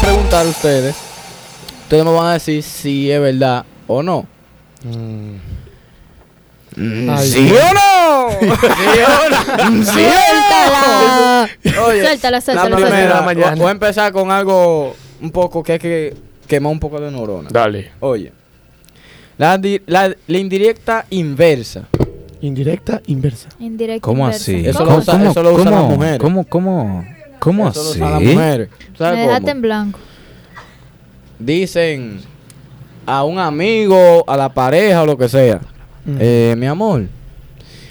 preguntar a ustedes. Ustedes me van a decir si es verdad o no. Ay, ¿Sí Dios. o no? ¿Sí o no? ¿Sí Suéltala. o no? Oye, Suéltala, suéltala, la primera, suéltala. mañana. Voy a empezar con algo un poco que hay que quemar un poco de neurona. Dale. Oye, la, di- la, la indirecta inversa. Indirecta, inversa. Indirecta. ¿Cómo inversa. así? Eso lo ¿Cómo, usa- cómo, eso lo usan cómo, las mujeres. ¿Cómo, cómo, cómo Eso lo así? usan las mujeres. ¿Sabes Me cómo? dejaste en blanco. Dicen a un amigo, a la pareja o lo que sea. Mm. Eh, mi amor.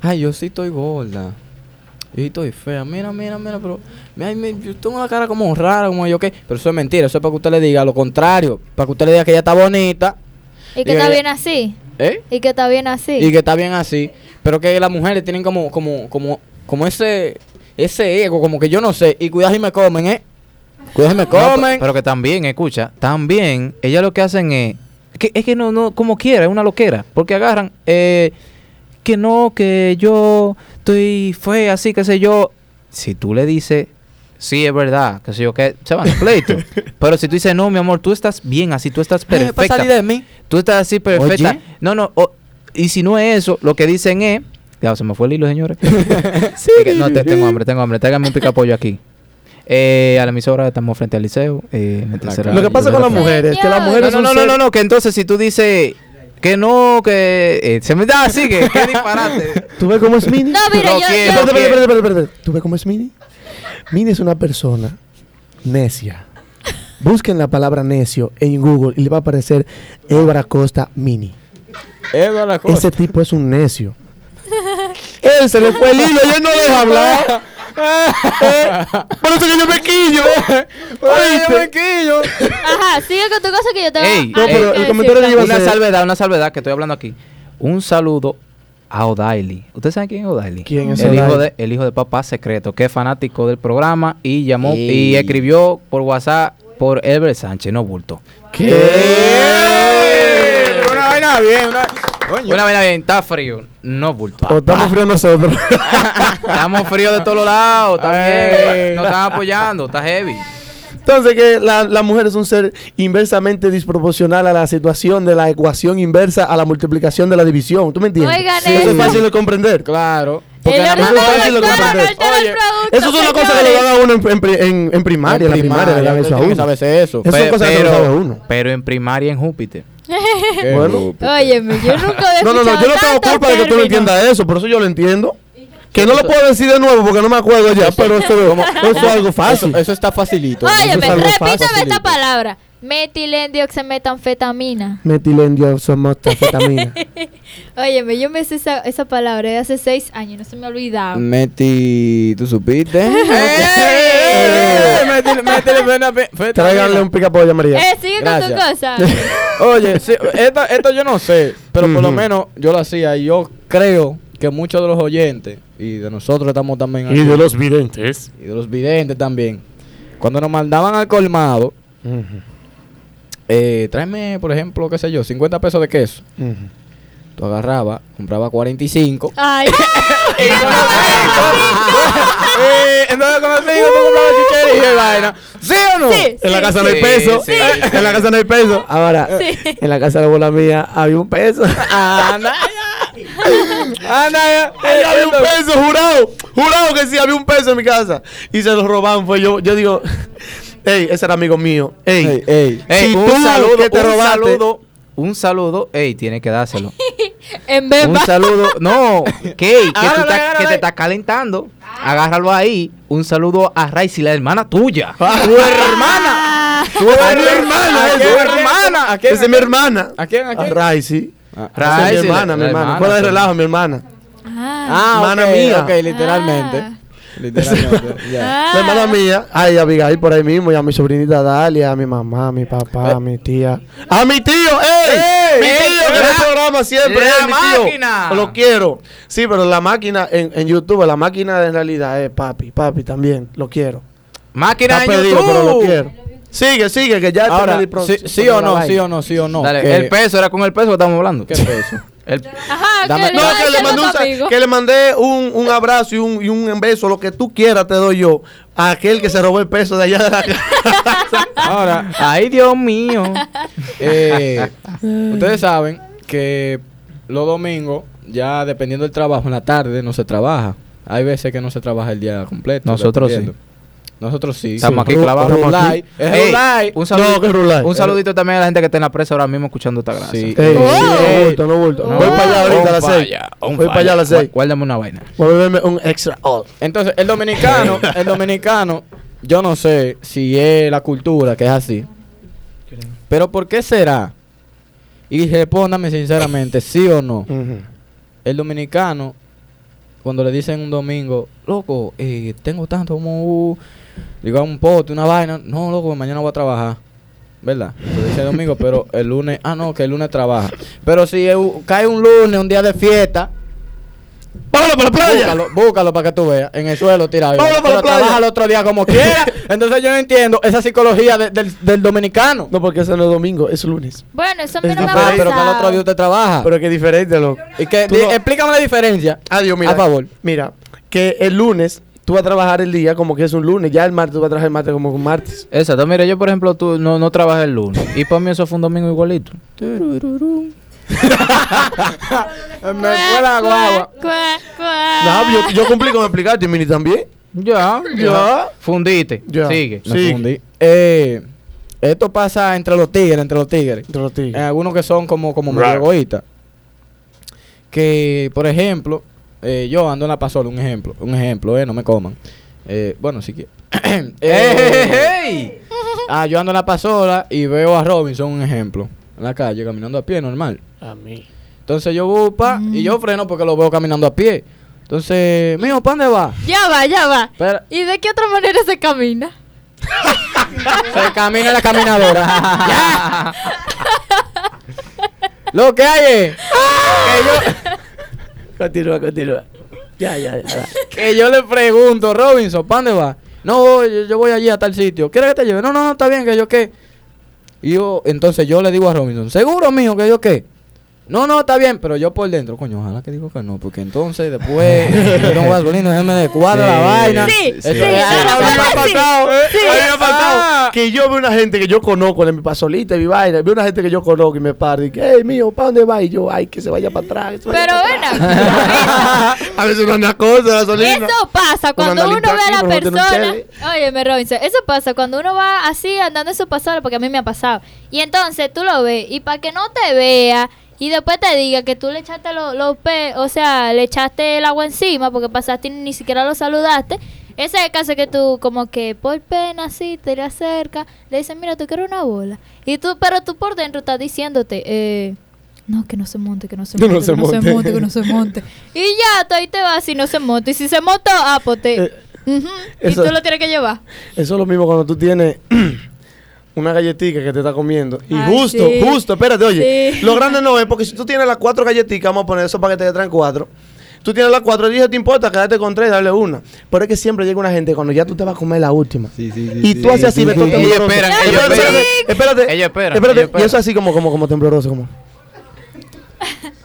Ay, yo sí estoy gorda. Yo sí estoy fea. Mira, mira, mira, pero. mira, me- yo tengo la cara como rara, como yo qué. Pero eso es mentira. Eso es para que usted le diga lo contrario. Para que usted le diga que ella está bonita. ¿Y Digo, que está yo- bien así? ¿Eh? ¿Y que está bien así? Y que está bien así. Pero que las mujeres tienen como, como, como, como ese, ese ego, como que yo no sé. Y cuidado si me comen, ¿eh? Cuidado si me No, comen. pero, pero que también, escucha, también, ellas lo que hacen es, que, es que no, no, como quiera, es una loquera, porque agarran, eh, que no, que yo estoy fea, así, qué sé yo. Si tú le dices, sí, es verdad, qué sé yo, que se van al pleito. pero si tú dices, no, mi amor, tú estás bien, así, tú estás Eh, para perfecta. salir de mí. Tú estás así perfecta. Oye. No, no. o- y si no es eso, lo que dicen es. Ya, se me fue el hilo, señores. Es que, no, te- tengo hambre, tengo hambre. Tráigame un picapollo aquí. Eh, a la emisora estamos frente al liceo. eh, en el tercer Lo que año, pasa con las ¿verdad? mujeres es que las Señor. mujeres No, no, no, son no, ser- no, no, que entonces si tú dices que no, que. eh, se me da así, que, que disparate. ¿Tú ves cómo es Mini? No, mira, No yo, quiero. yo- Espérate, espérate, espérate, espérate, espérate. ¿Tú ves cómo es Mini? Mini es una persona necia. Busquen la palabra necio en Google y le va a aparecer Ebra Costa Mini. Eva la cosa. Ese tipo es un necio. Él Eh, se le fue el hilo y él no deja hablar. Por eso que yo me quillo. eh. Ay, Oíste. yo me quillo. Ajá, sigue con tu cosa que yo te voy Ey, a no, pero el comentario que iba a una hacer- salvedad, una salvedad que estoy hablando aquí. Un saludo a O'Daily. ¿Ustedes saben quién es O'Daily? ¿Quién es el hijo, O'Daily? de, el hijo de papá secreto, que es fanático del programa y llamó Ey. y escribió por WhatsApp por Elbert Sánchez, no bulto. ¿Qué? Una vaina bien, una. Coño. Bueno, bien, bien, está frío, no bulto. O estamos fríos nosotros. Estamos fríos de todos lados, está Ey. bien. Nos están apoyando, está heavy. Entonces que la- las mujeres son ser inversamente disproporcional a la situación de la ecuación inversa a la multiplicación de la división. ¿Tú me entiendes? Oigan Eso es eso. fácil de comprender. Claro. El nada más- orden más- del lo que cuerpo aprende. altera el Oye, producto, Eso es una cosa que le dan a uno en, en pri- en- en primaria, en la primaria, le dan usted eso a tiene que uno. saberse eso. Eso son Pe- cosas que no sabe uno. pero en primaria en Júpiter. Qué Bueno. grupo. Óyeme, yo nunca había No, no, no, yo no escuchado tengo tantos culpa de que tú no términos. entiendas eso, por eso yo lo entiendo. Que no lo puedo decir de nuevo porque no me acuerdo ya, pero eso, eso es algo fácil. Eso, eso está facilito. eso es Óyeme, algo repítame esta facilito. palabra. Metilendioxametanfetamina. Metilendioxametanfetamina. Óyeme, yo me sé esa, esa palabra de hace seis años, no se me ha olvidado. Meti, ¿tú supiste? Eh, Tráiganle un picapollo a María. Eh, sigue con tu Gracias. cosa. Oye, sí, esto, esto yo no sé, pero por lo Ujú. menos yo lo hacía y yo creo que muchos de los oyentes y de nosotros estamos también aquí, Y de los videntes. y de los videntes también, cuando nos mandaban al colmado, eh, tráeme, por ejemplo, qué sé yo, 50 pesos de queso. Tú agarrabas, compraba 45. Ay, Eh, Entonces, cuando te digo, tú comprabas chuchería y vaina. ¿Sí o no? Sí. En la casa no hay Sí, peso. sí, En la casa no hay peso. Ahora, Sí. en la casa de la abuela mía había un peso. Anda ya. Anda eh, Ahí ya. había un peso, jurado. Jurado que sí, había un peso en mi casa. Y se lo robaban. Fue yo, yo digo, ey, ese era amigo mío. Ey, Ey, ey. Ey, Si un tú saludo, que te un robaste. saludo, un saludo, ey, tiene que dárselo. en Un bemba. saludo. No, Key, que, Agárralo, tú estás- agárralo que te ahí. estás calentando. Agárralo ahí. Un saludo a Raisi, la hermana tuya. Ah, Tu hermana. Tú eres mi ¿A hermana, es quién, tu a quién? hermana. ¿A quién, a Esa es mi quién? hermana. ¿A quién? ¿A A quién? Raisi. Ah, Raisi, Esa es mi la- hermana, mi la hermana. hermana Fuera de también. relajo, mi hermana. Ah, Ah, Hermana ok, mía. Ok, literalmente. Ah. Literalmente. ya. ah. La hermana mía, ay, a Abigail por ahí mismo, y a mi sobrinita Dalia, a mi mamá, a mi papá, a mi tía. ¡A mi tío! ¡Ey! ¡Ey! ¡Mi ¡Ey! tío! Que ¡La- ve el programa la siempre! ¡Ey, mi tío! máquina! ¡Lo quiero! Sí, pero la máquina en, en YouTube, la máquina de realidad es papi, papi también, lo quiero. Máquina Está de pedido, YouTube. pero lo quiero. Sigue, sigue, que ya está Ahora, ready pro- sí, pro- sí pro- o la no, vaina. sí o no, sí o no. Dale, que- el peso era con el peso que estamos hablando. ¿Qué peso? El- Ajá, Dame- que No, le iba a que le, decir mandé un, otro sa- amigo. que le mandé un, un abrazo y un, y un beso, lo que tú quieras te doy yo. A aquel que se robó el peso de allá de la casa. Ahora, Ay, Dios mío. eh, ustedes saben que los domingos, ya dependiendo del trabajo, en la tarde no se trabaja. Hay veces que no se trabaja el día completo. Nosotros sí. dependiendo. Nosotros sí. Estamos Sí. aquí clavados. Rulay. Estamos aquí. Es Ey, Rulay. un, saludo- No, que Rulay. un saludito también a la gente que está en la presa ahora mismo escuchando esta grasa. Sí. Ey, Oh. no bulto, no bulto. Oh. Voy para allá ahorita a las On seis. fire, on Voy para allá a las fire. seis. Gua- Guárdame una vaina. Voy a beberme un extra all. Entonces, el dominicano, el dominicano, yo no sé si es la cultura que es así. Pero ¿por qué será? Y respóndame sinceramente, sí o no. El dominicano, cuando le dicen un domingo, loco, eh, tengo tanto como un- digo, "Ah, un pote, una vaina. No, loco, mañana voy a trabajar. ¿Verdad? Se dice el domingo, pero el lunes, ah, no, que el lunes trabaja. Pero si es un- cae un lunes, un día de fiesta, ¡Vámonos para la playa! Búscalo, búscalo para que tú veas. En el suelo tirado. Vámonos para la Pero playa. trabaja el otro día como quiera. Entonces yo no entiendo esa psicología de- del, del dominicano. No, porque ese no es domingo, es lunes. Bueno, eso a mí Es no me ha pero, diferente. pero que el otro día pasado. usted trabaja. Pero que diferente, loco. y que, Tú di- no- Explícame la diferencia. Adiós, mira. A favor. Mira, que el lunes tú vas a trabajar el día como que es un lunes. Ya el martes tú vas a trabajar el martes como un martes. Exacto. Mira, yo, por ejemplo, tú no, no trabajas el lunes. Y para mí eso fue un domingo igualito. Me fue la guagua. Cuá, cuá. No, yo, yo cumplí con explicarte, Mini, también. Ya, ya. Fundiste. Ya. Sigue. Me Sí. confundí. Eh, esto pasa entre los tigres, entre los tigres. Te lo digo. En algunos que son como, como medio Right. egoístas. Que, por ejemplo, eh, yo ando en la pasola, un ejemplo, un ejemplo, eh, no me coman. Eh, bueno, si que Eh, ¡Ey! ah, yo ando en la pasola y veo a Robinson, un ejemplo, en la calle, caminando a pie, normal. A mí. Entonces yo bupa y yo freno porque lo veo caminando a pie. Entonces, mijo, ¿para dónde va? Ya va, ya va. Pero- ¿Y de qué otra manera se camina? Se camina en la caminadora. Ya. Lo que hay es que yo, Continúa, continúa. Ya, ya, ya. que yo le pregunto, Robinson, ¿para dónde vas? No, yo, yo voy allí a tal sitio. ¿Quieres que te lleve? No, no, no, está bien, que yo qué. Y yo, entonces yo le digo a Robinson, ¿seguro mío que yo qué? No, no, está bien, pero yo por dentro, coño, ojalá que digo que no, porque entonces después yo tengo gasolina, déjame de cuadra Sí, la vaina. sí, Eso es- sí, sí, Ay, no, a mí me no, ha sí. pasado, ¿eh? Sí. Ah. A mí me ha ha pasado pasado. que yo veo una gente que yo conozco en mi pasolita y mi vaina. Veo una gente que yo conozco y me para y que, hey, mío, ¿para dónde va? Y yo, ay, que se vaya para atrás. que se vaya Pero pa' ven atrás". acá. a veces una- una cosa, la solina. Eso pasa cuando uno analita ve a la aquí, uno tiene un persona. chele. Óyeme, Robinson, eso pasa cuando uno va así andando en su pasado, porque a mí me ha pasado. Y entonces tú lo ves, y para que no te vea, y después te diga que tú le echaste los pe, o sea, le echaste el agua encima porque pasaste y ni siquiera lo saludaste. Ese es el caso que tú, como que por pena, así te le acercas, le dices, mira, tú quieres una bola. Y tú, pero tú por dentro estás diciéndote, eh. No, que no se monte, que no se Que monte, no que no se se monte, que no se monte, monte. Y ya, tú ahí te vas si no se monta. Y si se montó, ah, pues te... Eh, Ujú. eso- Y tú lo tienes que llevar. Eso es lo mismo cuando tú tienes una galletita que te está comiendo. Y Ay, justo, sí. justo, espérate, oye. Sí. Lo grande no es porque si tú tienes las cuatro galletitas, vamos a poner esos paquetes que traen cuatro. Tú tienes las cuatro, dije, te importa, quédate con tres, dale una. Pero es que siempre llega una gente cuando ya tú te vas a comer la última. y tú haces así, sí, ves todo sí. Ellos tembloroso. esperan, Espérate, ellos espérate, esperan. Espérate, Ellos esperan, espérate. ellos Y eso esperan. así como, como, como tembloroso, como.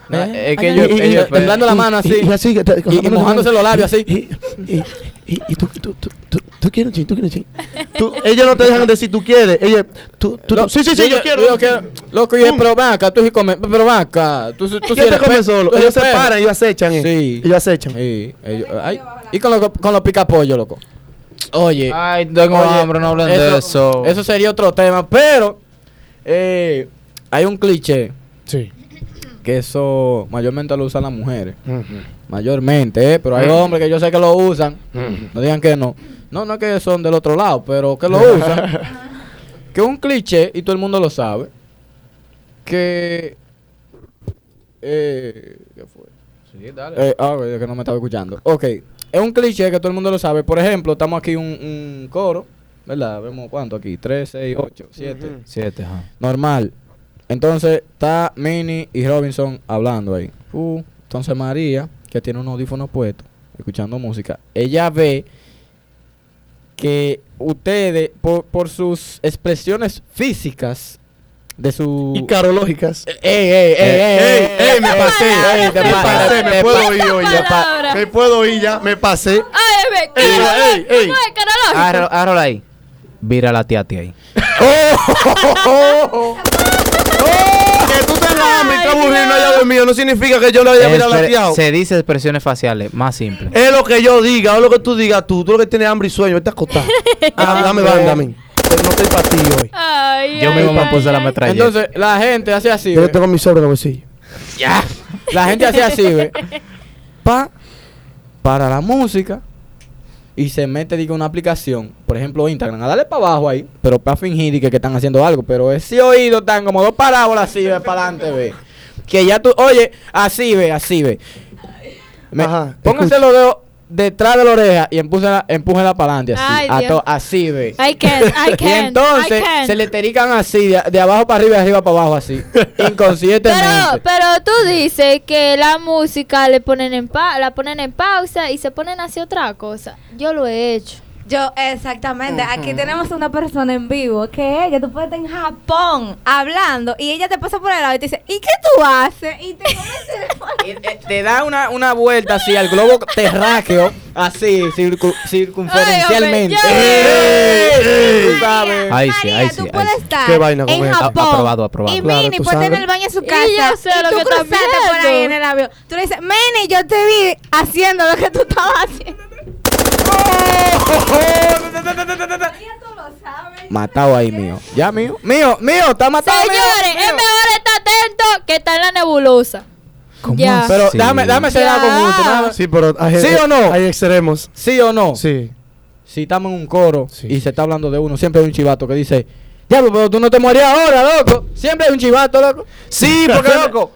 No, Eh, es que yo, y- y- ellos- temblando la mano así. Y, y así, que te- Y- y mojándose los labios así. Y, y, y- y tú, tú, tú, tú, tú quieres un chin, tú quieres un chin. Tú, ellos no te dejan decir tú quieres. Ellos, tú, tú, Lo- tú- sí, sí, sí, yo, quiero. Yo quiero. Loco, y es, Mm. pero ven acá, tú sí comes, pero ven acá. Tú, sí- tú sí Tú te eres pe- comes solo. tú Ellos eres se perro. paran, ellos acechan. eh. Sí. Ellos acechan. Sí, ellos- ay, y con, los con los picapollos, loco. Oye. Ay, tengo oye, hambre, no hablen de eso. Eso sería otro tema, pero eh, hay un cliché Sí. que eso mayormente lo usan las mujeres. Mayormente, ¿eh? pero hay hombres que yo sé que lo usan. No digan que no. No, no es que son del otro lado, pero que lo usan. que un cliché, y todo el mundo lo sabe, que... Eh, ¿Qué fue? Sí, dale. Eh, ah, güey, que no me estaba escuchando. Ok, es un cliché que todo el mundo lo sabe. Por ejemplo, estamos aquí un, un coro, ¿verdad? Vemos cuánto aquí, 3, 6, 8, 7. Ujú. Siete, ajá. Normal. Entonces está Minnie y Robinson hablando ahí. Uh, entonces María, que tiene un audífono puesto, escuchando música, ella ve que ustedes, por, por sus expresiones físicas de su... Y carológicas. ¡Ey, ey, ey, ey! ey, ey, me pasé. ey, te Eh, me pa- te pasé, me pa- puedo ir hoy Esta palabra. ya. Me puedo ir ya, me pasé. Ay, ve, Ey, caralógico, ey, ey. no es caralógico. Agárralo, agárralo ahí. vira la tía ahí. Oh, Que tú tengas hambre y te aburrido y no hayas dormido no significa que yo lo haya mirado Expre- lateado. se dice expresiones faciales, más simple. Es lo que yo diga, es lo que tú digas tú. Tú lo que tienes hambre y sueño, vete a acostar. ah, dame banda a mí. Pero no estoy para ti hoy. Ay, Yo ay, mismo me ay, puse la ay. metralla. Eh, Entonces, la gente hace así. Yo ve. tengo mi sobre en el bolsillo. Ya. La gente hace así, ve. Pa, para la música. Y se mete, digo, una aplicación. Por ejemplo, Instagram. A darle para abajo ahí. Pero para fingir y que, que están haciendo algo. Pero ese oído están como dos parábolas así, ve, para adelante, ve. Que ya tú, oye, así, ve, así, ve. Me- Ajá, te pónganse escucho. los dedos detrás de la oreja y empújela, empújela para adelante, así. Ay, a Dios. to- así, ve. I can, I Y can, entonces I can. se le terican así, de, de abajo para arriba, de arriba para abajo, así. inconscientemente. Pero, pero tú dices que la música le ponen en pa- la ponen en pausa y se ponen hacia otra cosa. Yo lo he hecho. Yo, exactamente. Aquí tenemos una persona en vivo que ella, tú puedes estar en Japón hablando y ella te pasa por el lado y te dice, ¿y qué tú haces? Y te pone el teléfono. Eh, eh, Te da una, una vuelta así al globo terráqueo, así, circu- circunferencialmente. Ay, Ey, ey, hombre, María, tú sabes. Ahí sí, María, ahí tú sí, ahí puedes sí. estar Qué vaina con en eso. Japón. A- aprobado, aprobado. Y Claro, Mini, tú puede estar en sabes. el baño de su Y casa. yo sé y lo tú que estás cruzaste por ahí viendo. en el avión. Tú le dices, Mini, yo te vi haciendo lo que tú estabas haciendo. Ya tú lo sabes. Matado ahí, mío. Ya, mío. Mío, mío, está matado. mío, Señores, mío. es mejor estar atento que estar en la nebulosa. ¿Cómo Ya. Pero dame, dame ese Ya. dato con gusto. dame- Sí, pero hay, ¿Sí o no? Hay extremos. ¿Sí o no? Sí. Si estamos en un coro Sí, y sí, se está hablando de uno, siempre hay un chivato que dice, diablo, pero tú no te morías ahora, loco. Siempre hay un chivato, loco. Sí, porque loco.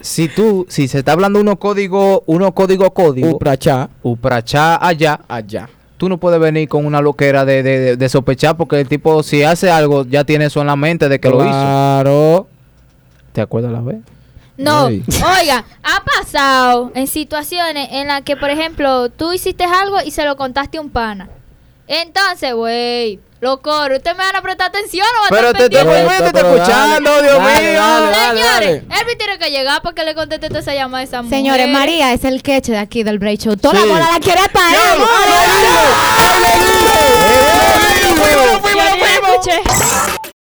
Si tú, si se está hablando unos códigos, unos códigos códigos, Uprachá, uprachá allá, allá. tú no puedes venir con una loquera de, de, de- de sospechar porque el tipo si hace algo ya tiene eso en la mente de que lo hizo. Claro. ¿Te acuerdas la vez? No, Ay. oiga, ha pasado en situaciones en las que, por ejemplo, tú hiciste algo y se lo contaste a un pana. Entonces, güey, lo corro. ¿Ustedes me van a prestar atención o van a estar estoy pendientes? te está escuchando, Dios mío. dale, Señores, dale. Elvi tiene que llegar para que le conteste toda esa llamada a esa mujer. Señores, María es el queche de aquí del break show. Toda Sí. la bola la quiere parar. amores. ¡Ay, le dije! ¡Ay, le dije! Ya ni la escuché.